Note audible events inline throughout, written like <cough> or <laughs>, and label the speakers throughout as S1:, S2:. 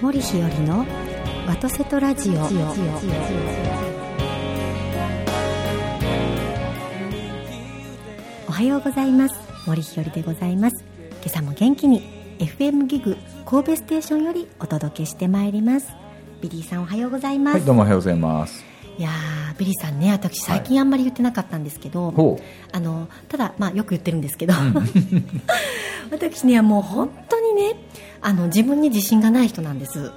S1: 森日和のワトセトラジオおはようございます森日和でございます今朝も元気に FM ギグ神戸ステーションよりお届けしてまいりますビリーさんおはようございます、
S2: はい、どうもおはようございます。
S1: いやービリーさんね私最近あんまり言ってなかったんですけど、
S2: ほ
S1: あのただ、まあ、よく言ってるんですけど、 <laughs> 私ねもう本当にねあの自分に自信がない人なんです
S2: う。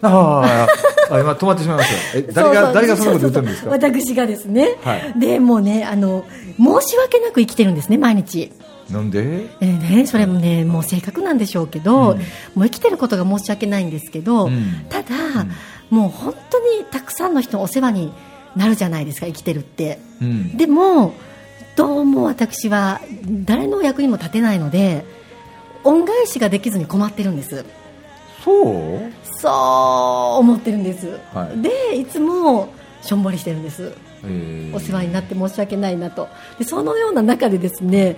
S2: ああ、あ今止まってしまいました。え、誰
S1: う
S2: が、
S1: う
S2: 誰がそんなこと言ったんですか
S1: そうそう私がですね、
S2: はい
S1: でもうねあの申し訳なく生きてるんですね毎日、
S2: なんで
S1: えーね、それもねもう性格なんでしょうけど、
S2: うん
S1: もう生きてることが申し訳ないんですけど、
S2: うん
S1: ただ、もう本当にたくさんの人のお世話になるじゃないですか生きてるって
S2: うん。
S1: でもどうも私は誰の役にも立てないので恩返しができずに困ってるんです
S2: そう
S1: そう思ってるんです、
S2: はい
S1: でいつもしょんぼりしてるんです
S2: えー
S1: お世話になって申し訳ないなとでそのような中でですね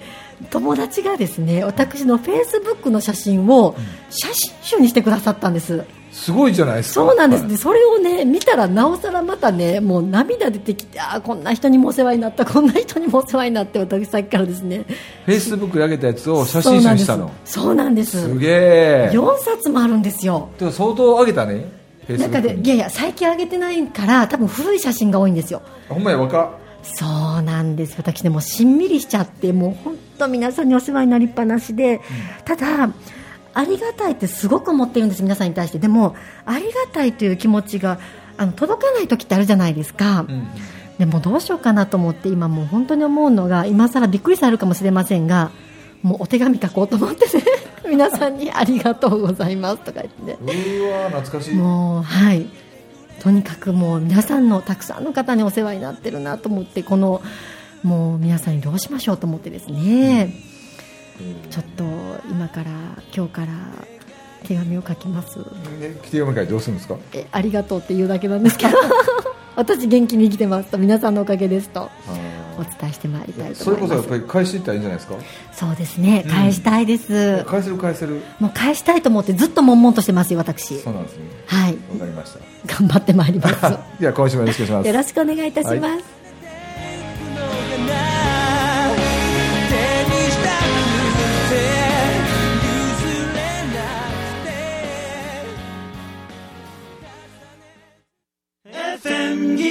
S1: 友達がですね私のフェイスブックの写真を写真集にしてくださったんです
S2: すごいじゃないですか。
S1: そうなんです、
S2: は
S1: で
S2: い
S1: それをね見たらなおさらまたねもう涙出てきてあーこんな人にもお世話になったこんな人にもお世話になって私さっきからですね
S2: Facebook で上げたやつを写真集にしたの。
S1: そうなんですそうな
S2: す
S1: んで
S2: げえ
S1: す。4冊もあるんですよ
S2: でも相当上げたね。
S1: 中
S2: Facebook
S1: でい
S2: に。
S1: やいや最近上げてないから多分古い写真が多いんですよ
S2: ほんまや、若。
S1: そうなんです私ねもうしんみりしちゃってもう本当皆さんにお世話になりっぱなしで、ただありがたいってすごく思ってるんです皆さんに対してでもありがたいという気持ちがあの届かない時ってあるじゃないですか、
S2: うん。
S1: でもどうしようかなと思って今もう本当に思うのが今更びっくりされるかもしれませんがもうお手紙書こうと思ってね <laughs> 皆さんにありがとうございますとか言ってね
S2: うーわー、懐かしい。
S1: もうはいとにかくもう皆さんのたくさんの方にお世話になってるなと思ってこのもう皆さんにどうしましょうと思ってですね、ちょっと今から今日から手紙を書きます
S2: ね、来て読み会どうするんですか
S1: えありがとうって言うだけなんです
S2: <laughs>
S1: けど私元気に生きてますと皆さんのおかげですとお伝えしてまいりたいと
S2: それ
S1: 思い
S2: こ
S1: ます
S2: そやっぱり返していったらいいんじゃないですか
S1: そうですね
S2: うん
S1: 返したいです、
S2: 返せる返せる。
S1: もう返したいと思ってずっと悶々としてますよ私
S2: そうなんですね。
S1: はい
S2: わかりました。
S1: 頑張ってまいります
S2: では、今週もよろしくお願いし
S1: よ
S2: ま
S1: ろしくお願いいたし
S2: は。
S1: ます、
S3: 「手にしたくて手にしたくて」「譲れなくて」「FM ギー」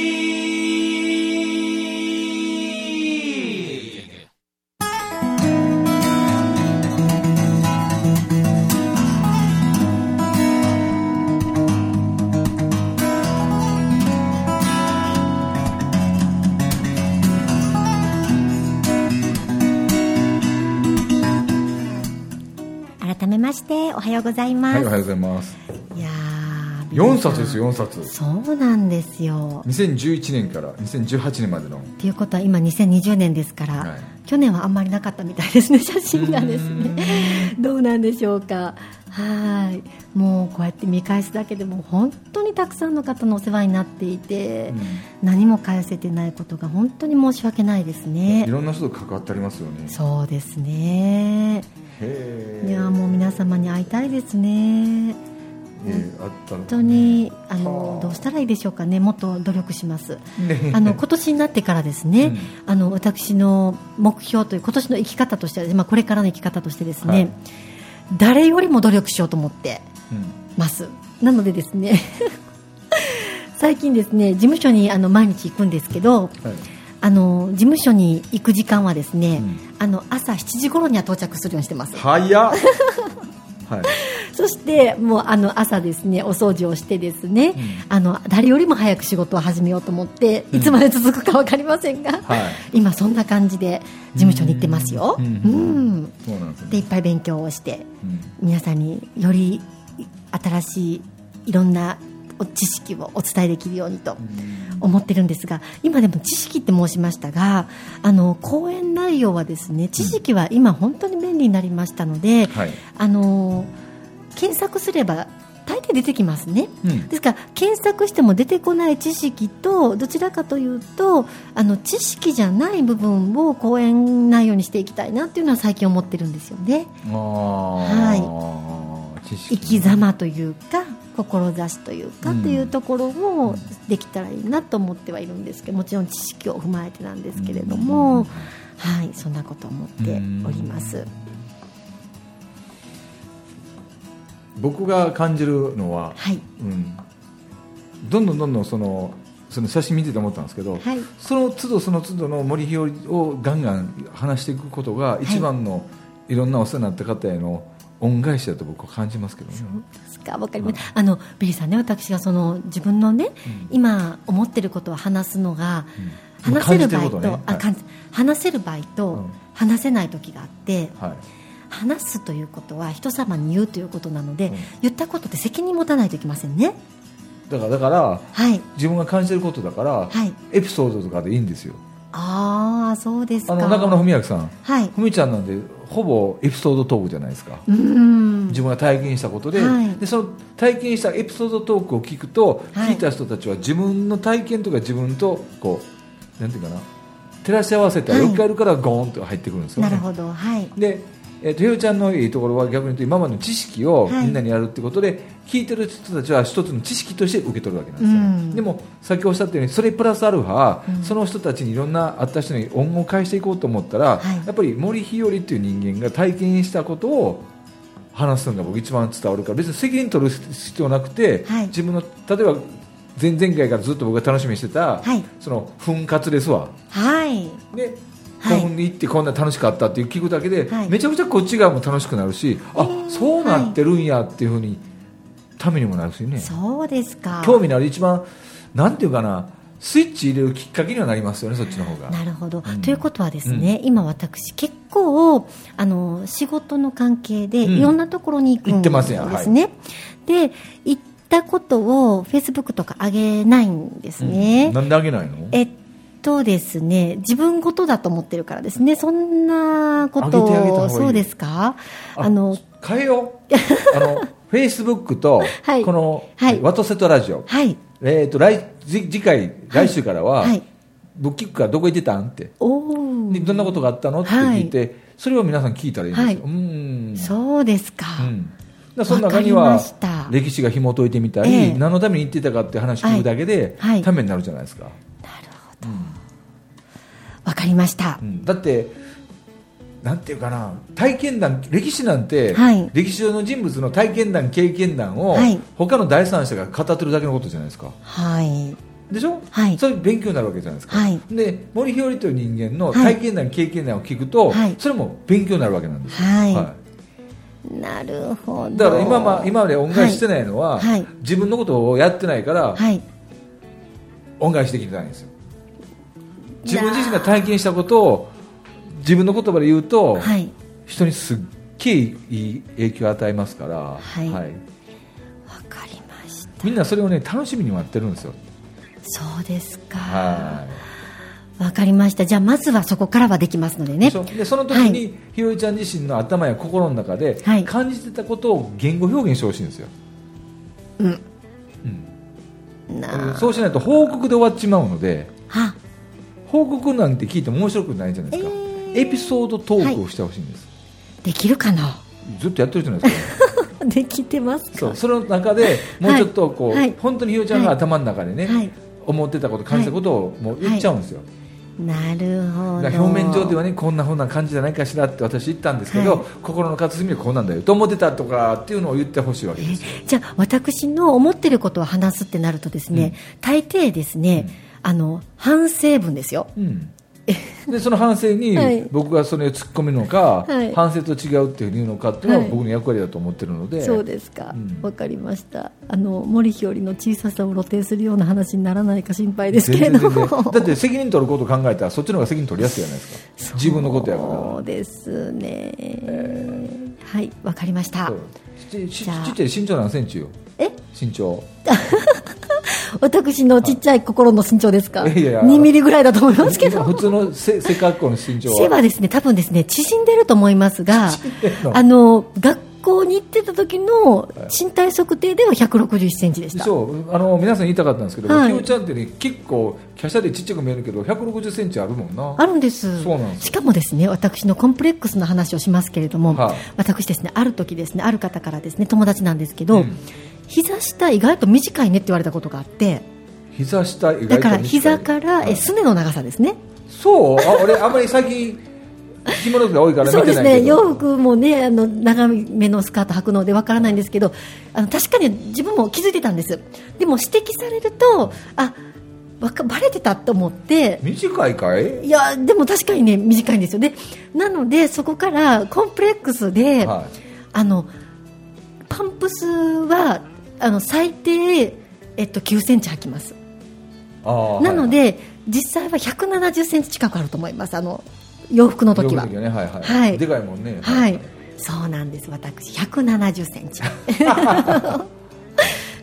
S1: 改めましておはようございます
S2: は
S1: す、
S2: い、お
S1: い
S2: はようございます。
S1: やー
S2: 4冊ですよ、4冊。
S1: そうなんですよ
S2: 2011年から2018年までの
S1: ということは今2020年ですから、
S2: はい
S1: 去年はあんまりなかったみたいですね写真がですねどうなんでしょうかはいもうこうやって見返すだけでも本当にたくさんの方のお世話になっていて、何も返せてないことが本当に申し訳ないです
S2: い
S1: ね
S2: ろんな人と関わってありますよね
S1: そうですね
S2: へえ
S1: いやもう皆様に会いたいですね
S2: ええあった
S1: 本当にあ
S2: は
S1: の
S2: あ
S1: どうしたらいいでしょうかねもっと努力
S2: <laughs>
S1: しますあの今年になってからですね、あの私の目標という今年の生き方としては、まあ、これからの生き方としてですね、
S2: はい
S1: 誰よりも努力しようと思って
S2: うん
S1: ますなのでですね <laughs> 最近ですね事務所にあの毎日行くんですけど
S2: はい
S1: あの事務所に行く時間はですね、
S2: うん
S1: あの朝7時頃には到着するようにしてます
S2: 早っはい
S1: そしてもうあの朝ですねお掃除をしてですね、
S2: ん
S1: あの誰よりも早く仕事を始めようと思っていつまで続くか分かりませんが、
S2: はい
S1: 今そんな感じで事務所に行ってますよ、
S2: う
S1: うんん
S2: そうなんです
S1: でい
S2: ね
S1: っぱい勉強をして
S2: うん
S1: 皆さんにより新しいいろんな知識をお伝えできるようにと思ってるんですが今でも知識って申しましたがあの講演内容はですね知識は今本当に便利になりましたので、
S2: はい
S1: あの検索すれば大抵出てきますね。
S2: うん
S1: ですから検索しても出てこない知識とどちらかというとあの知識じゃない部分を講演内容にしていきたいなっていうのは最近思ってるんですよね。
S2: あー知識
S1: 生き様というか志というか
S2: う
S1: っ
S2: ん
S1: ていうところをできたらいいなと思ってはいるんですけどもちろん知識を踏まえてなんですけれども、
S2: うん
S1: はい、そんなことを思っております。
S2: 僕が感じるのは、
S1: はい、
S2: うん、どんどんどんどんそのその写真見てて思ったんですけど、
S1: はい
S2: その都度その都度の森日和をガンガン話していくことが一番の、い、ろんなお世話になった方への恩返しだと僕は感じますけどね。
S1: ですかわかります、あのビリーさんね私がその自分のね、今思ってることを話すのが、
S2: うん
S1: 話せる場
S2: 感じてるこ
S1: 合と
S2: とね
S1: あ
S2: はい
S1: 感じ話せる場合と、
S2: うん
S1: 話せない時があって
S2: はい
S1: 話すということは人様に言うということなので、
S2: うん
S1: 言ったことって責任持たないといけませんね
S2: だからだから
S1: はい
S2: 自分が感じてることだから、
S1: はい
S2: エピソードとかでいいんですよ
S1: ああそうですか
S2: あの中村文明さん
S1: はい
S2: 文ちゃんなんでほぼエピソードトークじゃないですか
S1: うーん
S2: 自分が体験したことで,、
S1: はい
S2: でその体験したエピソードトークを聞くと、
S1: は
S2: 聞
S1: い
S2: いた人たちは自分の体験とか自分とこうなんていうかな照らし合わせて
S1: はい
S2: よくやるからゴーンと入ってくるんですよ、
S1: な
S2: ね
S1: るほどはい
S2: で、えー、とひろちゃんのいいところは逆に言うと今までの知識を
S1: はい
S2: みんなにやるってことで、聞いてる人たちは一つの知識として受け取るわけなんですよね、
S1: うん
S2: でも先ほどおっしゃったようにそれプラスアルファ、
S1: うん
S2: その人たちにいろんなあった人に恩を返していこうと思ったら、
S1: はい
S2: やっぱり森日和っていう人間が体験したことを話すのが僕一番伝わるから別に責任取る必要なくて、
S1: はい
S2: 自分の例えば前々回からずっと僕が楽しみにしてた、
S1: はい
S2: その奮活ですわ
S1: はい
S2: で
S1: はい
S2: 花粉に行ってこんな楽しかったっていう聞くだけで、
S1: はい
S2: めちゃくちゃこっち側も楽しくなるし、
S1: ー
S2: あそうなってるんやっていうふうにためにもなるしね
S1: そうですか
S2: 興味のある一番なんていうかなスイッチ入れるきっかけにはなりますよねそっちの方が
S1: なるほど、
S2: うん
S1: ということはですね、今私結構あの仕事の関係で
S2: うん
S1: いろんなところに行く
S2: 行
S1: ん
S2: ってますやん
S1: ですね、で行ったことをフェイスブックとか上げないんですね、
S2: うんなんであげないの
S1: えっとですね自分ごとだと思ってるからですねそんなこ
S2: 上
S1: と
S2: げてあげた方がい
S1: を
S2: い
S1: そうですかあの
S2: 変えよう
S1: <laughs>
S2: あのフェイスブックと、
S1: はい
S2: この、
S1: はい
S2: ワトセトラジオ、
S1: はい
S2: えー、と来次次回来週からは、
S1: はい
S2: 僕聞くからどこ行ってたんって
S1: おお
S2: でどんなことがあったのって聞いて、それを皆さん聞いたらいいんですよ、
S1: はい
S2: うん
S1: そうですか、
S2: うん、だからその中には
S1: わかりました
S2: 歴史が紐解いてみたり、
S1: ええ
S2: 何のために行ってたかって話聞くだけで、
S1: はいはい
S2: ためになるじゃないですか、
S1: わかりました
S2: う、んだってなんていうかな体験談歴史なんて、
S1: はい
S2: 歴史上の人物の体験談経験談を、
S1: はい
S2: 他の第三者が語ってるだけのことじゃないですか
S1: はい
S2: でしょ、
S1: はい
S2: それ勉強になるわけじゃないですか、
S1: はい
S2: で森日和という人間の
S1: はい
S2: 体験談、経験談を聞くと、
S1: はい
S2: それも勉強になるわけなんですよ、
S1: はい
S2: はい
S1: なるほど
S2: だから今ま今まで恩返ししてないのは、
S1: はいはい
S2: 自分のことをやってないから
S1: はい
S2: 恩返しできてないんですよ自分自身が体験したことを自分の言葉で言うと、
S1: はい
S2: 人にすっげえいい影響を与えますから、
S1: はいわかりました
S2: みんなそれをね楽しみに待ってるんですよ
S1: そうですか
S2: は
S1: わかりましたじゃあまずはそこからはできますので
S2: いで
S1: ね
S2: しょでその時
S1: はい
S2: に、ひろゆちゃん自身の頭や心の中で、
S1: はい
S2: 感じてたことを言語表現してほしいんですよ、
S1: うん
S2: うん
S1: なあ
S2: そうしないと報告で終わっちまうので
S1: あ
S2: 報告なんて聞いても面白くないじゃないですか、
S1: えー
S2: エピソードトークをしてほしいんです、
S1: できるかな
S2: ずっとやってるじゃないですか
S1: できてますか
S2: そうその中でもうちょっとこう、
S1: はいはい
S2: 本当にひよちゃんが頭の中でね、
S1: はい
S2: 思ってたこと感じたことをもう言っちゃうんですよ、
S1: なるほ
S2: だか
S1: ど
S2: ら表面上ではねこんなふうな感じじゃないかしらって私言ったんですけど、
S1: はい
S2: 心の片隅はこうなんだよと思ってたとかっていうのを言ってほしいわけですよ
S1: じゃあ私の思ってることを話すってなるとですね、大抵ですね、あの反省文ですよ
S2: うん、でその反省に
S1: はい
S2: 僕がそれを突っ込むのか、
S1: はい
S2: 反省と違うっていうふうに言うのかっていうの
S1: は
S2: はい僕の役割だと思ってるので、
S1: そうですか、わ
S2: うん
S1: かりましたあの森ひよりの小ささを露呈するような話にならないか心配ですけれど
S2: 全然全
S1: も
S2: 然だって責任取ることを考えたらそっちの方が責任取りやすいじゃないですか自分のことやから
S1: そうですね、はいわかりました
S2: そうちちち
S1: じゃあ
S2: っちゃい身長何センチよ
S1: え
S2: 身長
S1: 私のちっちゃい心の身長ですか、
S2: はいいやいや
S1: 2ミリぐらいだと思いますけ
S2: 今
S1: ど
S2: 普通のせ背格好の身長
S1: 背は
S2: は <laughs>
S1: ですね多分ですね縮んでると思いますが
S2: んでるの
S1: あの学校に行ってた時の身体測定では161センチでした。
S2: そうあの皆さん言いたかったんですけど、
S1: はい
S2: キヨちゃんってね結構華奢でちっちゃく見えるけど160センチあるもんな
S1: あるんです
S2: そうなんです
S1: しかもですね私のコンプレックスの話をしますけれども、
S2: はい
S1: 私ですねある時ですねある方からですね友達なんですけど、
S2: うん
S1: 膝下意外と短いねって言われたことがあって
S2: 膝下意外と
S1: だから
S2: 短い
S1: 膝から、
S2: はい
S1: えすねの長さですね
S2: そうあ俺あんまり最
S1: <laughs>
S2: 近着物が多いから
S1: そう
S2: 見
S1: で
S2: て
S1: す
S2: ないけ
S1: ね
S2: ど
S1: 洋服もねあの長めのスカート履くのでわからないんですけどあの確かに自分も気づいてたんですでも指摘されるとあわかバレてたと思って
S2: 短いかい
S1: いやでも確かにね短いんですよねなのでそこからコンプレックスで、
S2: は
S1: あのパンプスはあの最低、えっと、9センチ履きます
S2: い、あー
S1: なので、実際は170センチ近くあると思いますあの洋服の
S2: はい、
S1: 時
S2: 洋
S1: は
S2: 服の時はねはいはい、
S1: はい
S2: でかいもんね
S1: はいそうなんです私170セ
S2: <laughs>
S1: ンチ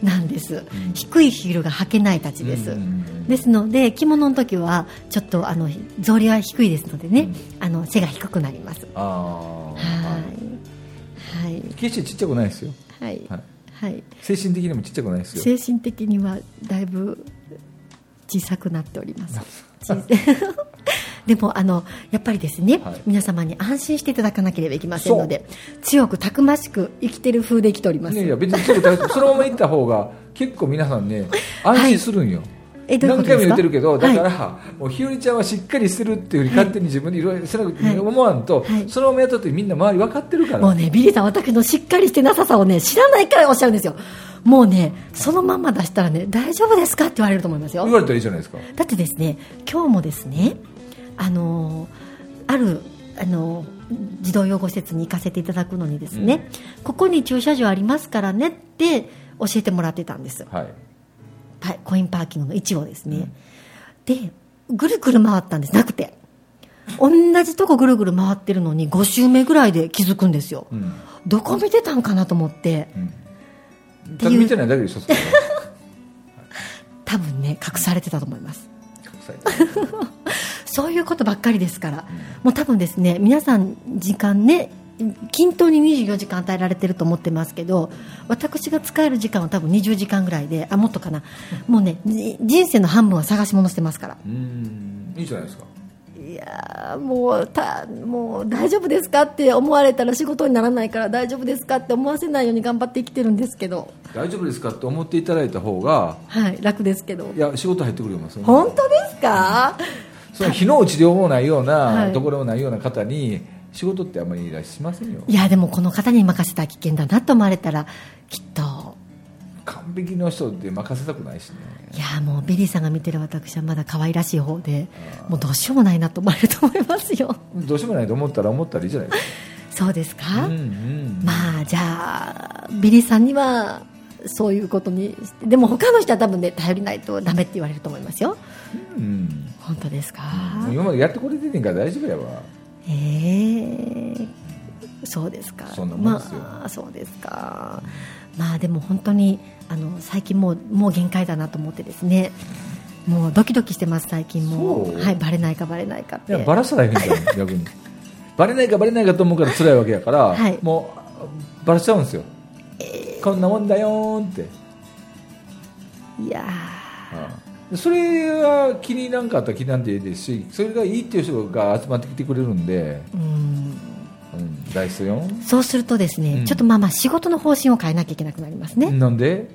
S1: なんです、低いヒールが履けないたちです、
S2: うんうんうん
S1: ですので着物の時はちょっとあの草履は低いですのでね、あの背が低くなります
S2: あー
S1: は
S2: はい
S1: いはい
S2: 決してちっちゃくないですよ
S1: はい
S2: はい
S1: はい
S2: 精神的にもちっちゃくないですよ
S1: 精神的にはだいぶ小さくなっております
S2: <laughs>
S1: 小さ <laughs> でもあのやっぱりですね、
S2: はい
S1: 皆様に安心していただかなければいけませんので強くたくましく生きてる風で生きております
S2: いやいや別にちょっと大丈夫そのまま行った方が結構皆さん
S1: <laughs>
S2: ね安心するんよ、
S1: えどういうこ
S2: 何
S1: とで
S2: 回も
S1: すか
S2: 言ってるけど、だから、
S1: はい
S2: もうひよりちゃんはしっかりしてるっていうふうに勝手に自分でいろいろせなくて思わんと、
S1: はい
S2: そのままやったってみんな周り分かってるから、
S1: もうねビリーさん私のしっかりしてなささをね知らないからおっしゃるんですよもうねそのまんま出したらね大丈夫ですかって言われると思いますよ
S2: 言われたらいいじゃないですか、
S1: だってですね今日もですねあのあるあの児童養護施設に行かせていただくのにですね、ここに駐車場ありますからねって教えてもらってたんです
S2: はい、
S1: パコインパーキングの位置をですね、でぐるぐる回ったんですなくて同じとこぐるぐる回ってるのに5周目ぐらいで気づくんですよ、
S2: うん
S1: どこ見てたんかなと思って
S2: うん、た
S1: て
S2: だ
S1: いう
S2: 見てないだけでしょそれは
S1: 多分ね隠されてたと思います
S2: 臭い
S1: <laughs> そういうことばっかりですから、もう多分ですね、皆さん、時間ね、均等に24時間与えられてると思ってますけど、私が使える時間は多分20時間ぐらいで、あ、もっとかな、もうね、じ人生の半分は探し物してますから、
S2: うんいいじゃないですか
S1: いやーもうた、もう大丈夫ですかって思われたら仕事にならないから、大丈夫ですかって思わせないように頑張って生きてるんですけど、
S2: 大丈夫ですかって思っていただいた方が
S1: はい、楽ですけど
S2: い、や仕事入ってくるよその
S1: 本当ですか、
S2: その日の打ち量もないような、
S1: はい
S2: ところもないような方に仕事ってあんまり依頼しませんよ
S1: いや、でもこの方に任せたら危険だなと思われたら、きっと。
S2: 完璧の人って任せたくないしね
S1: いやーもうビリーさんが見てる私はまだ可愛らしい方でもうどうしようもないなと思われると思います
S2: <laughs>
S1: よ
S2: どうしようもないと思ったら思ったらいいじゃないです
S1: そうですか、
S2: か、うんうん、
S1: まあじゃあビリーさんにはそういうことにしてでも他の人は多分ね頼りないとダメって言われると思いますよ
S2: うん
S1: 本当ですか、
S2: 今までやってこれててんから大丈夫やわ
S1: えーそうですか
S2: そんなもんですよ
S1: まあそうですかまあでも本当にあの最近もうもう限界だなと思ってですねもうドキドキしてます最近も
S2: そう
S1: はいバレないかバレないかっ
S2: い
S1: て
S2: やバラしたらいいんだよ
S1: <laughs>
S2: 逆にバレないかバレないかと思うから辛いわけやから、
S1: はい
S2: もうバラしちゃうんですよ、こんなもんだよーんって、
S1: いや
S2: うんそれは気になんかあったら気になんでいいですしそれがいいっていう人が集まってきてくれるんで、
S1: ーうん
S2: うん、大事よ、
S1: そうするとですね、
S2: うん
S1: ちょっとまあまあ仕事の方針を変えなきゃいけなくなりますね、
S2: なんで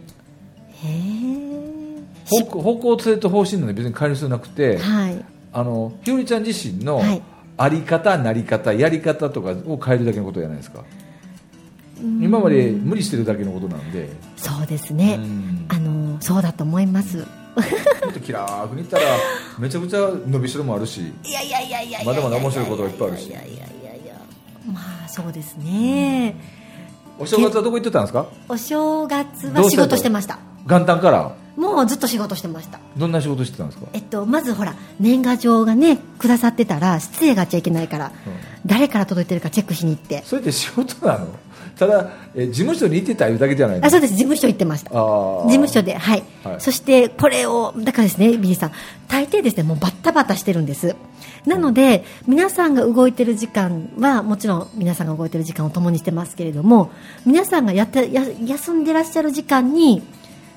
S1: へえ
S2: 方向方向性と方針なんで別に変える必要なくて
S1: はい
S2: あのひよりちゃん自身の
S1: はい
S2: あり方、なり方やり方とかを変えるだけのことじゃないですか今まで無理してるだけのことなんで、
S1: そうです
S2: う
S1: ね、
S2: ん、
S1: あのそうだと思います
S2: もっと気楽にいったらめちゃくちゃ伸びしろもあるし
S1: いやいやいやいや
S2: まだまだ面白いことがいっぱいあるし
S1: いやいやいやいやまあそうですね、
S2: お正月はどこ行ってたんですか
S1: お正月は仕事してました
S2: 元旦から
S1: もうずっと仕事してました
S2: どんな仕事してたんですか、
S1: えっと、まずほら年賀状がねくださってたら失礼があっちゃいけないから、
S2: うん
S1: 誰から届いてるかチェックしに行って
S2: それって仕事なのただえ事務所にいてたいうだけじゃないの
S1: あそうです事務所行ってました
S2: あー
S1: 事務所で、はい
S2: はい
S1: そしてこれをだからですねビリーさん大抵ですねもうバッタバタしてるんですなので皆さんが動いてる時間はもちろん皆さんが動いてる時間を共にしてますけれども皆さんがやってや休んでらっしゃる時間に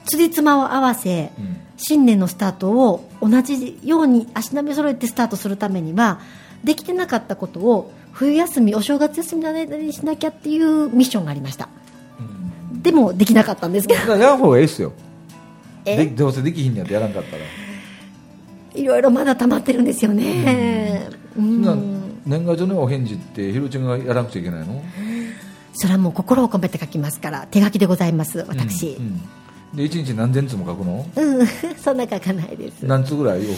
S1: つりつまを合わせ、
S2: うん
S1: 新年のスタートを同じように足並み揃えてスタートするためにはできてなかったことを冬休みお正月休みの間にしなきゃっていうミッションがありましたでもできなかったんですけど
S2: だからやる方がええっすよで
S1: え
S2: どうせできひんやったらやらんかったら、
S1: いろいろまだ溜まってるんですよね、うん
S2: な年賀状のお返事ってひろちゃんがやらなくちゃいけないの
S1: それはもう心を込めて書きますから手書きでございます私
S2: うんうんで1日何千通も書くの
S1: うん、 <laughs> そんな書かないです
S2: 何通ぐらい多くて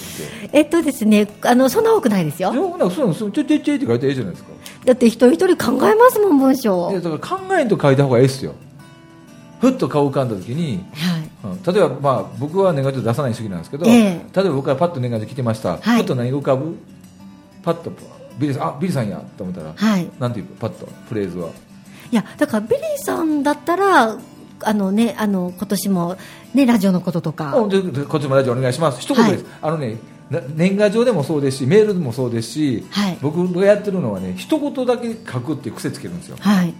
S1: えっとですねあのそんな多くないです
S2: いや
S1: よ
S2: ほなそうなのそうちょいちょいちょいって書いてええじゃないですか
S1: だって一人一人考えますもん文章
S2: い
S1: は
S2: や
S1: い
S2: だから考えんと書いた方がええっすよふっと顔浮かんだ時にうん例えば、まあ、僕は願い事出さない主義なんですけど、
S1: ええ
S2: 例えば僕がパッと願い事来てました、
S1: はい
S2: パッと何が浮かぶパッとビリーさんあビリーさんやと思ったら、
S1: はい
S2: なんていうパッとフレーズはい
S1: やだからビリーさんだったらあのねあの今年もねラジオのことと
S2: あ
S1: か
S2: ででこっちもラジオお願いします一言です、あのねな年賀状でもそうですしメールでもそうですし、
S1: はい
S2: 僕がやってるのはね一言だけ書くっていう癖つけるんですよ
S1: はい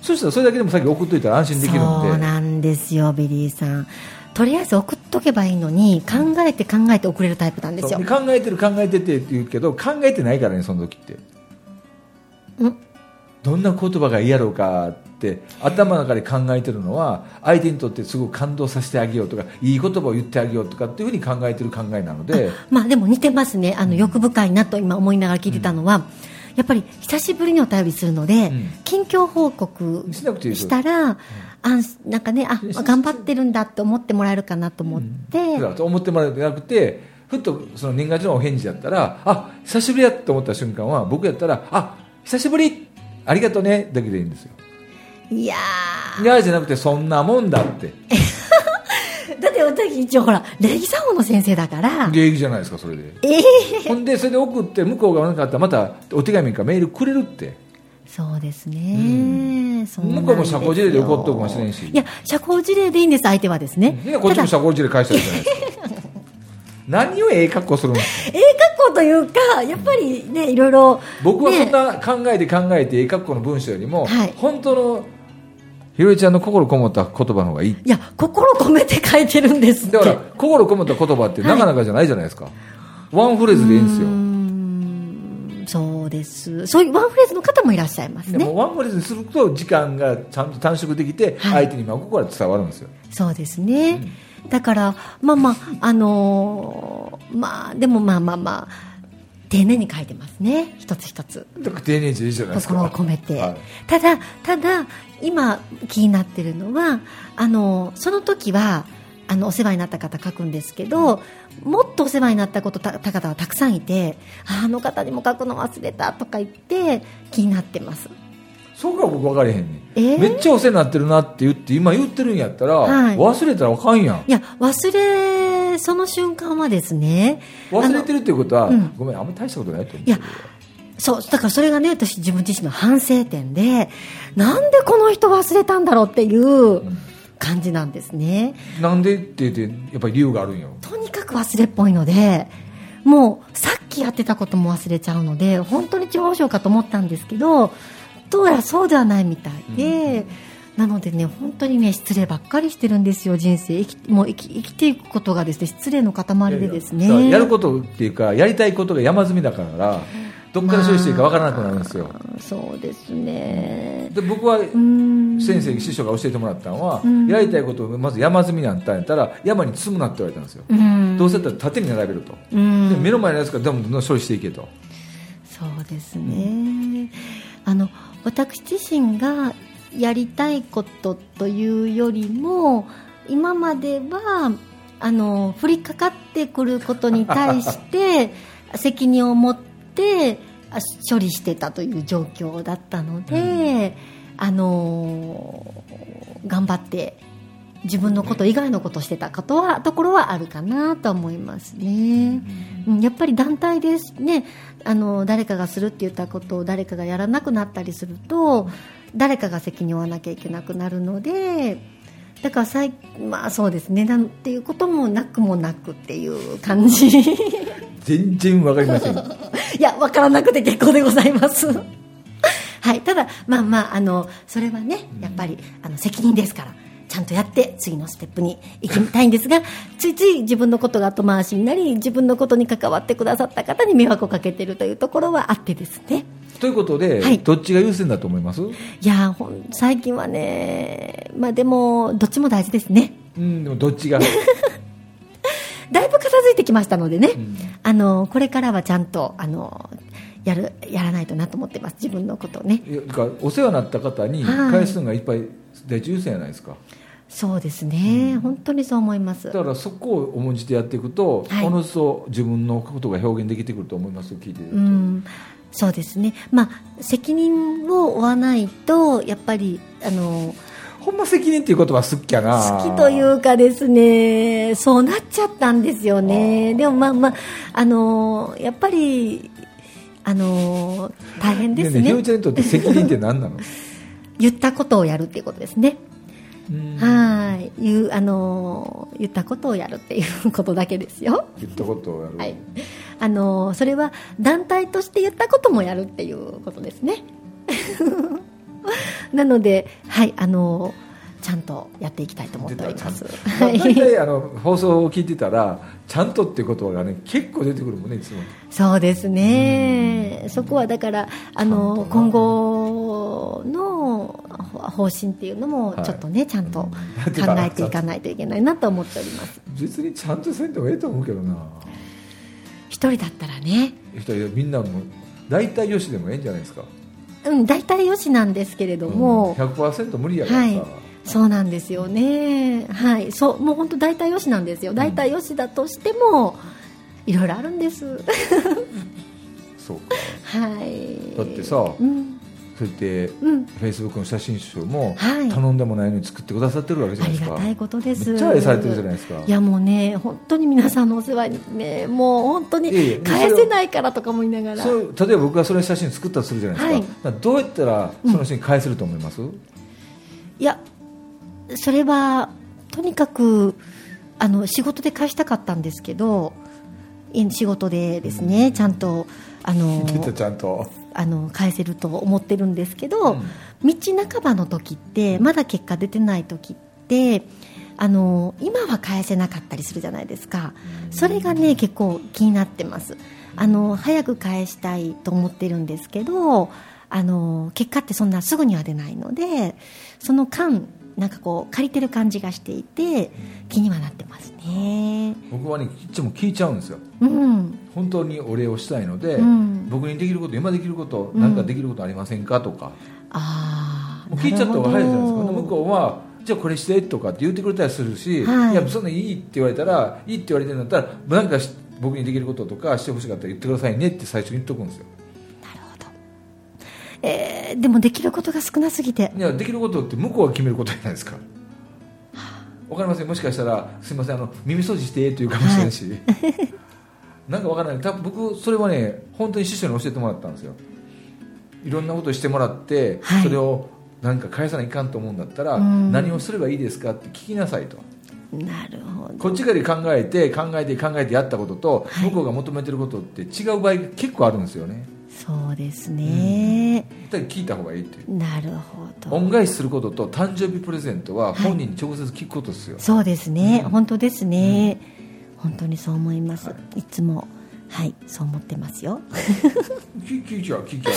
S2: そしたらそれだけでもさっき送っといたら安心できるんで
S1: そうなんですよビリーさんとりあえず送っとけばいいのに考えて考えて送れるタイプなんです
S2: そ
S1: よ
S2: うで考えてる考えててって言うけど考えてないからねその時って
S1: うん
S2: どんな言葉がいいやろうかって頭の中で考えてるのは相手にとってすごく感動させてあげようとかいい言葉を言ってあげようとかっていうふうに考えてる考えなので
S1: まあでも似てますねあの欲深いなと今思いながら聞いてたのは、やっぱり久しぶりにお便りするので、
S2: うん
S1: 近況報告
S2: しなくていいです
S1: したら、あんなんかねあ
S2: し
S1: 頑張ってるんだって思ってもらえるかなと思って、
S2: だからと思ってもらえなくてふっとその年賀状のお返事だったらあ久しぶりやと思った瞬間は僕やったらあ久しぶりありがとうねだけでいいんですよ
S1: いや
S2: いやじゃなくてそんなもんだって
S1: ーだって私一応ほら礼儀作法の先生だから
S2: 礼儀じゃないですかそれで
S1: ええ
S2: ほんでそれで送って向こうが何かあったらまたお手紙かメールくれるって
S1: そうですね、そ
S2: 向こうも社交辞令で怒っとくかもしれん
S1: ん
S2: し
S1: いや社交辞令でいいんです相手はですね、
S2: いやこっち
S1: た
S2: も
S1: だ
S2: 社交辞令返したらいいじゃない
S1: <laughs>
S2: ですか何をええ格好するんですか
S1: ええ格好というかやっぱりねいろいろ
S2: 僕はそん
S1: ね
S2: な考えて考えてええ格好の文章よりも、
S1: はい
S2: 本当のひろえちゃんの心こもった言葉の方がいい
S1: いや心込めて書いてるんですって
S2: だから心こもった言葉ってなかなかじゃないじゃないですか、ワンフレーズでいいんですよ
S1: うーんそうですそういうワンフレーズの方もいらっしゃいます
S2: で
S1: ね
S2: もワンフレーズにすると時間がちゃんと短縮できて、
S1: はい
S2: 相手に真心が伝わるんですよ
S1: そうですね、だからまあまああのーまあでもまあまあまあ丁寧に書いてますね一つ一つ
S2: だから丁寧じゃいいじゃないですか
S1: 心を込めて、
S2: はい
S1: ただただ今気になってるのはあのその時はあのお世話になった方書くんですけど、もっとお世話になったことたた方はたくさんいてああの方にも書くの忘れたとか言って気になってます
S2: そこが僕分かれへんねん、
S1: えー
S2: めっちゃお世話になってるなって言って今言ってるんやったら、
S1: はい
S2: 忘れたらあかんやん
S1: いや忘れその瞬間はですね
S2: 忘れてるっていうことは、
S1: うん
S2: ごめんあんまり大したことないと思う
S1: いやそうだからそれがね私自分自身の反省点でなんでこの人忘れたんだろうっていう感じなんですね、
S2: なんでって言ってやっぱり理由があるんよ
S1: とにかく忘れっぽいのでもうさっきやってたことも忘れちゃうので本当に地方省かと思ったんですけどどうやらそうではないみたいで、なのでね本当にね失礼ばっかりしてるんですよ人生生きもう生き生きていくことがですね失礼の塊でですね
S2: だからやることっていうかやりたいことが山積みだからどっから処理していいか分からなくなるんですよ、
S1: そうですね
S2: で僕は
S1: うん
S2: 先生師匠が教えてもらったのは、
S1: ん
S2: やりたいことをまず山積みなんたんやったら山に積むなって言われたんですよ、
S1: うん
S2: どうせだったら縦に並べると、
S1: うん
S2: で目の前のやつからどんどんどん処理していけと
S1: そうですね、あの私自身がやりたいことというよりも今まではあの降りかかってくることに対して責任を持ってあ処理してたという状況だったので、あの頑張って自分のこと以外のことをしてたことはところはあるかなと思いますね。うんやっぱり団体ですねあの誰かがするって言ったことを誰かがやらなくなったりすると誰かが責任を負わなきゃいけなくなるのでだからさいまあそうですねなんていうこともなくもなくっていう感じい
S2: 全然わかりません
S1: <laughs> やわからなくて結構でございます。 <laughs> はい、ただまあまああのそれはねやっぱりあの責任ですからちゃんとやって次のステップに行きたいんですがついつい自分のことが後回しになり自分のことに関わってくださった方に迷惑をかけてるというところはあってですね
S2: ということで、
S1: はい
S2: どっちが優先だと思います
S1: いやーほん最近はねまあでもどっちも大事ですね
S2: うんでもどっちが
S1: だいぶ片付いてきましたのでね、
S2: ん
S1: あのこれからはちゃんとあのやるやらないとなと思ってます自分のことをね
S2: いやだからお世話になった方に
S1: はい
S2: 返すのがいっぱい第一優先じゃないですか、
S1: そうですね、本当にそう思います
S2: だからそこを重んじてやっていくと、
S1: はい
S2: おのずと自分のことが表現できてくると思いますよ聞いてると、
S1: うん、そうですね、まあ、責任を負わないと、やっぱりあの
S2: ほんま責任っていう言葉好きやな
S1: 好きというかですね、そうなっちゃったんですよね、でもまあまあ、あのやっぱりあの大変ですね
S2: ねえねえひよりちゃんにとって責任って何な
S1: <laughs>
S2: の
S1: 言ったことをやるっていうことですね。
S2: うん
S1: はい、言うあの言ったことをやるっていうことだけですよ。
S2: 言ったことをやる、
S1: はい、あのそれは団体として言ったこともやるっていうことですね <laughs> なので、はい、あのちゃんとやっていきたいと思っております
S2: 出
S1: は
S2: まあ大
S1: い、
S2: 体あの放送を聞いてたら「ちゃんと」っていう言葉がね結構出てくるもんねいつも
S1: <laughs> そうですねそこはだからあ
S2: ちゃ
S1: の
S2: んとな
S1: 今後のほ方針っていうのも
S2: はい
S1: ちょっとね、ちゃんと考
S2: うんてか
S1: えていかないといけないなと思っております
S2: 別にちゃんとせんでもええと思うけどな
S1: 一人だったらね
S2: 一人でみんなも大体よしでもええんじゃないですか
S1: うん大体よしなんですけれども、
S2: うん100%無理やからさ、
S1: はいそうなんですよね、はい、そうもう本当大体よしなんですよ大体よしだとしても、いろいろあるんです
S2: そうか
S1: はい
S2: だってさ
S1: うん
S2: それで
S1: うん
S2: フェイスブックの写真集も
S1: はい
S2: 頼んでもないのに作ってくださってるわけじゃ
S1: あ
S2: ない
S1: り
S2: ですか、
S1: がたいことです
S2: めっちゃ愛されてるじゃない
S1: い
S2: ですか
S1: やもうね本当に皆さんのお世話にねもう本当に
S2: いやいや
S1: 返せないからとかも言いながら
S2: そう例えば僕がそれ写真作ったとするじゃないですか,、
S1: はい
S2: どうやったらその人に返せると思います、
S1: いやそれはとにかくあの仕事で返したかったんですけどい仕事でですね、ちゃんとあの
S2: 出たちゃんと、
S1: あの返せると思ってるんですけど、
S2: うん
S1: 道半ばの時ってまだ結果出てない時ってあの今は返せなかったりするじゃないですかそれがね結構気になってますあの早く返したいと思ってるんですけどあの結果ってそんなすぐには出ないのでその間なんかこう借りてる感じがしていて気にはなってますね
S2: 僕はねいつも聞いちゃうんですよ
S1: うん
S2: 本当にお礼をしたいので、
S1: うん
S2: 僕にできること今できること
S1: うん
S2: 何かできることありませんかとか、
S1: ああ
S2: もう聞いちゃった方が早いじゃないですか、向
S1: う
S2: こうはじゃあこれしてとかって言ってくれたりするし、
S1: はい
S2: い、やそんなんいいって言われたらいいって言われてるんだったら何かし僕にできることとかしてほしかったら言ってくださいねって最初に言っとくんですよ
S1: なるほど、えーでもできることが少なすぎて
S2: いやできることって向こうが決めることじゃないですかわかりませんもしかしたらすいませんあの耳掃除してというかもしれないし、 <laughs> なんかわからない多分僕それはね本当に師匠に教えてもらったんですよいろんなことをしてもらって、
S1: はい
S2: それをなんか返さないかんと思うんだったら、
S1: うん
S2: 何をすればいいですかって聞きなさいと
S1: なるほど
S2: こっちから考えて考えて考えてやったことと、
S1: はい
S2: 向こうが求めてることって違う場合が結構あるんですよね
S1: そうですね、
S2: だから聞いた方がいいっていう
S1: なるほど
S2: 恩返しすることと誕生日プレゼントは本人に直接聞くことですよ、
S1: そうですね、
S2: うん
S1: 本当ですね、本当にそう思います、、
S2: はい
S1: つもはいそう思ってますよ
S2: 聞聞いちゃう聞いちゃう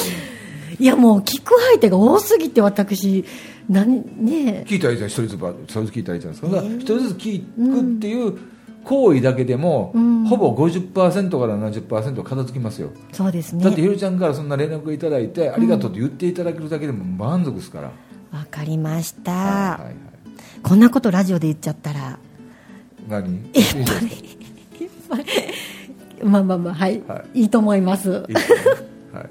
S1: いやもう聞く相手が多すぎて私何ね
S2: <laughs> 聞いたらいいじゃん一人ずつば一人ずつ聞いたらいいじゃないですかだから
S1: ね
S2: 一人ずつ聞くっていう行為だけでも、
S1: うん
S2: ほぼ50%から70%は片付きますよ、
S1: そうです
S2: だってひ
S1: ね
S2: ろちゃんからそんな連絡いただいて、ありがとうって言っていただけるだけでも満足ですから、
S1: わかりました、
S2: はいはいはい、
S1: こんなことラジオで言っちゃったら
S2: 何いい
S1: いっ
S2: じゃん
S1: ぱいいっぱいまあまあまあはい、、
S2: はい
S1: いと思います
S2: <laughs> いいですねはい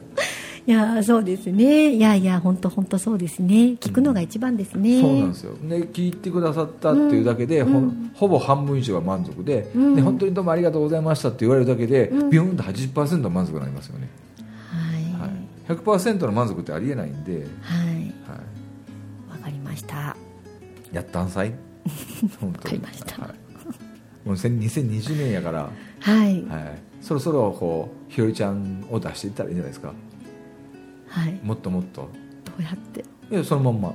S1: いやそうですねいやいや本当本当そうですね聞くのが一番ですね、
S2: そうなんですよで聞いてくださったっていうだけで、
S1: うん
S2: ほ
S1: うん
S2: ほぼ半分以上は満足で,、
S1: うん
S2: で本当にどうもありがとうございましたって言われるだけで、
S1: うん
S2: ビューンと80%の満足になりますよね、
S1: は
S2: はいい、100%の満足ってありえないんで、
S1: はい
S2: は
S1: わ、かりました
S2: い、やったんさい本当に
S1: わかりました
S2: はい、もうせん2020年やから、は
S1: はい
S2: い、そろそろこうひよりちゃんを出していったらいいんじゃないですか
S1: はいど
S2: もっともっと
S1: うやって
S2: いやそのまんま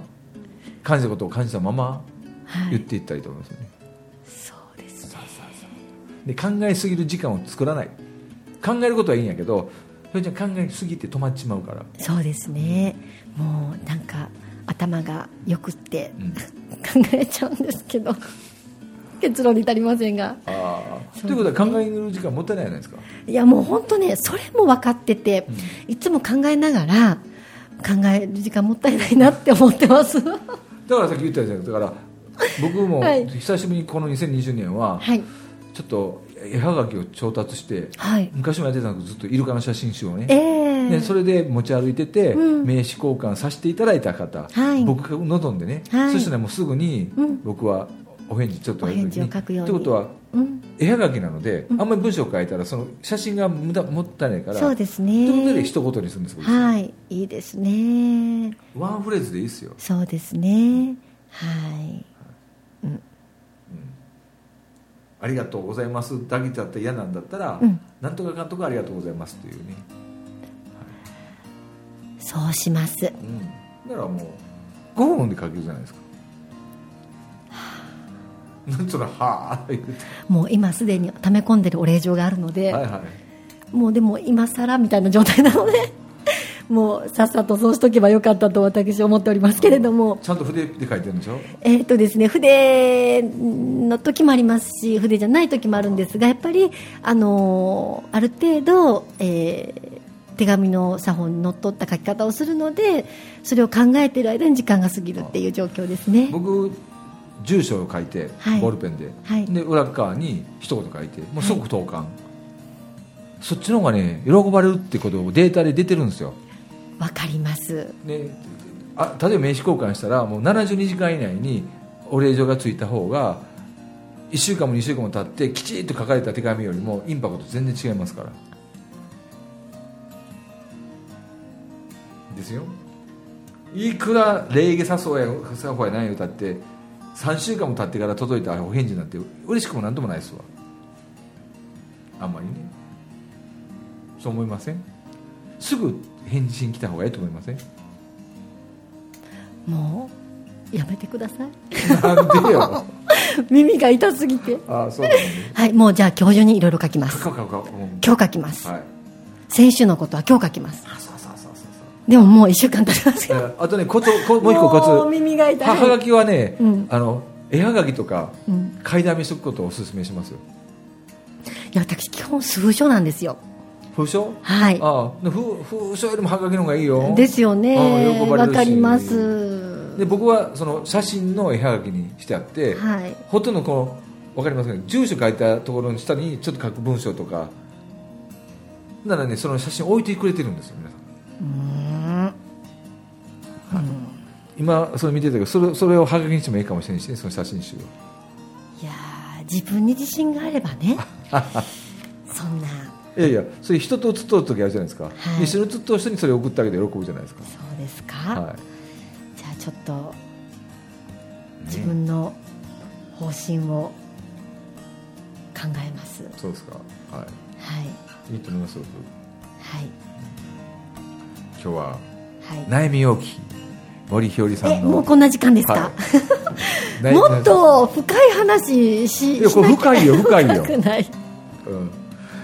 S2: 感じたことを感じたまま
S1: は
S2: 言っ
S1: い
S2: ていったらいいと思いますよね、
S1: そうですね
S2: で考えすぎる時間を作らない考えることはいいんやけどそれじゃ考えすぎて止まっちまうから、
S1: そうですねもうなんか頭がよくって
S2: うん、
S1: 考えちゃうんですけど結論に至りませんが
S2: ああと
S1: そう
S2: いうことは考える時間もったいないじゃないですか、
S1: いやもう本当ねそれも分かってて
S2: うん
S1: いつも考えながら考える時間もったいないなって思ってますは
S2: だからさっき言ったじゃないですかだから僕も
S1: はい
S2: 久しぶりにこの2020年はいちょっと絵はがきを調達して
S1: はい
S2: 昔もやってたのずっとイルカの写真集をね
S1: ええ
S2: でそれで持ち歩いてて、
S1: うん
S2: 名刺交換させていただいた方、
S1: はい
S2: 僕が望んでね、
S1: はい
S2: そしたらもうすぐに
S1: うん
S2: 僕はお返事ちょっとやる時
S1: お返事を書くように
S2: ってことは
S1: うん、
S2: 絵はがきなので、
S1: うん
S2: あんまり文章を書いたらその写真が無駄もったいないから
S1: そうです
S2: ということで
S1: ね
S2: 一言にするんですけど、
S1: はいいいですね
S2: ワンフレーズでいいですよ、
S1: そうですねはい
S2: うんありがとうございますだけだったら嫌なんだったら、
S1: うん
S2: なんとか監督ありがとうございますっていうね、
S1: そうします
S2: うん、だからもう5分で書けるじゃないですかなんそらはあ言うて
S1: もう今すでに溜め込んでるお礼状があるので、
S2: はいはい
S1: もうでも今更みたいな状態なのでもうさっさとそうしとけばよかったと私思っておりますけれども、
S2: ちゃんと筆で書いてるんでしょ
S1: えーとですね、筆の時もありますし筆じゃない時もあるんですがやっぱり、あのーある程度、えー手紙の作法にのっとった書き方をするのでそれを考えている間に時間が過ぎるっていう状況ですね。
S2: 僕住所を書いて、
S1: はい
S2: ボールペンで、
S1: はい
S2: で裏側に一言書いてもう即投函、そっちの方がね喜ばれるってことをデータで出てるんですよ
S1: わかります
S2: であ例えば名刺交換したらもう72時間以内にお礼状がついた方が1週間も2週間も経ってきちっと書かれた手紙よりもインパクト全然違いますからですよいくら礼儀作法や作法や何を歌って3週間も経ってから届いたお返事なんて嬉しくもなんともないですわあんまりねそう思いませんすぐ返事しに来た方がいいと思いません
S1: もうやめてください <laughs>
S2: なんで <laughs> よ。
S1: 耳が痛すぎて
S2: あ、そうなんだ。
S1: はいもうじゃあ今日中にいろいろ書きま
S2: か
S1: す
S2: かかか。うん
S1: 今日書きます、
S2: はい。
S1: 先週のことは今日書きます
S2: あ、そうそうそうそう
S1: でももう1週間経ちます
S2: そう
S1: よ
S2: えー。あとね、コツ、こもう一個
S1: もう
S2: コツ。
S1: 耳が痛い
S2: はがきはね
S1: うん、
S2: あの、絵はがきとか、
S1: うん、
S2: 買いだめしとくことをお勧めしますよ。
S1: いや私基本数書なんですよ
S2: 封書。
S1: はい
S2: あ、で封、封書よりもはがきの方がいいよ。
S1: ですよ
S2: うん
S1: ね
S2: 喜ばれる
S1: わ
S2: し
S1: かります
S2: で、僕は、その写真の絵はがきにしてあって。
S1: はい
S2: ほとんどこの。わかりますかね。住所書いたところの下に、ちょっと書く文章とか。ならね、その写真置いてくれてるんですよ、皆さん。
S1: うーん
S2: 今それ見てたけどそれそれをはがきにしてもいいかもしれないしねその写真集を
S1: いやー自分に自信があれば
S2: <laughs>
S1: ねそんない
S2: やいやそれ人と写っとる時あるじゃないですか、
S1: はい
S2: 一緒に写っとる人にそれ送ってあげて喜ぶじゃないですか
S1: そうですか、
S2: は
S1: じゃあちょっと
S2: い、
S1: 自
S2: ね
S1: 分の方針を考えます、
S2: そうですかは
S1: はい
S2: いいいと思いますよ
S1: はい
S2: 今日は
S1: はい
S2: 悩み容器森ひよりさ
S1: え
S2: んの
S1: もうこんな時間ですか、
S2: はい悩み
S1: <laughs> もっと深い話し
S2: いやこれ
S1: しなきゃ
S2: 深いよ深いよ
S1: 深くない
S2: うん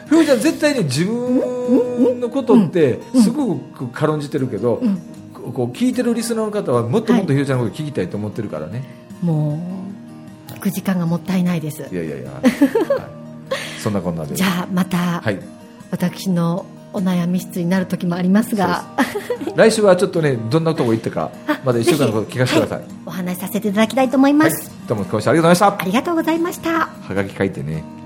S2: ひよりちゃん絶対ね自分のことってすごく軽んじてるけど、
S1: ん
S2: ここう聞いてるリスナーの方はもっともっとひよりちゃんのこと聞きたいと思ってるからね、
S1: もう聞く時間がもったいないです
S2: い、やいやいや、はい、そんなこんなで
S1: じゃあまた、
S2: はい
S1: 私のお悩み室になる時もありますが
S2: 来週はちょっとねどんなとこ行ったかまだ一週間のこと聞かせてください、
S1: お話しさせていただきたいと思いま
S2: はい
S1: す、
S2: どうも今日はありがとうございまし
S1: ありがとうございました
S2: たはがき書いてね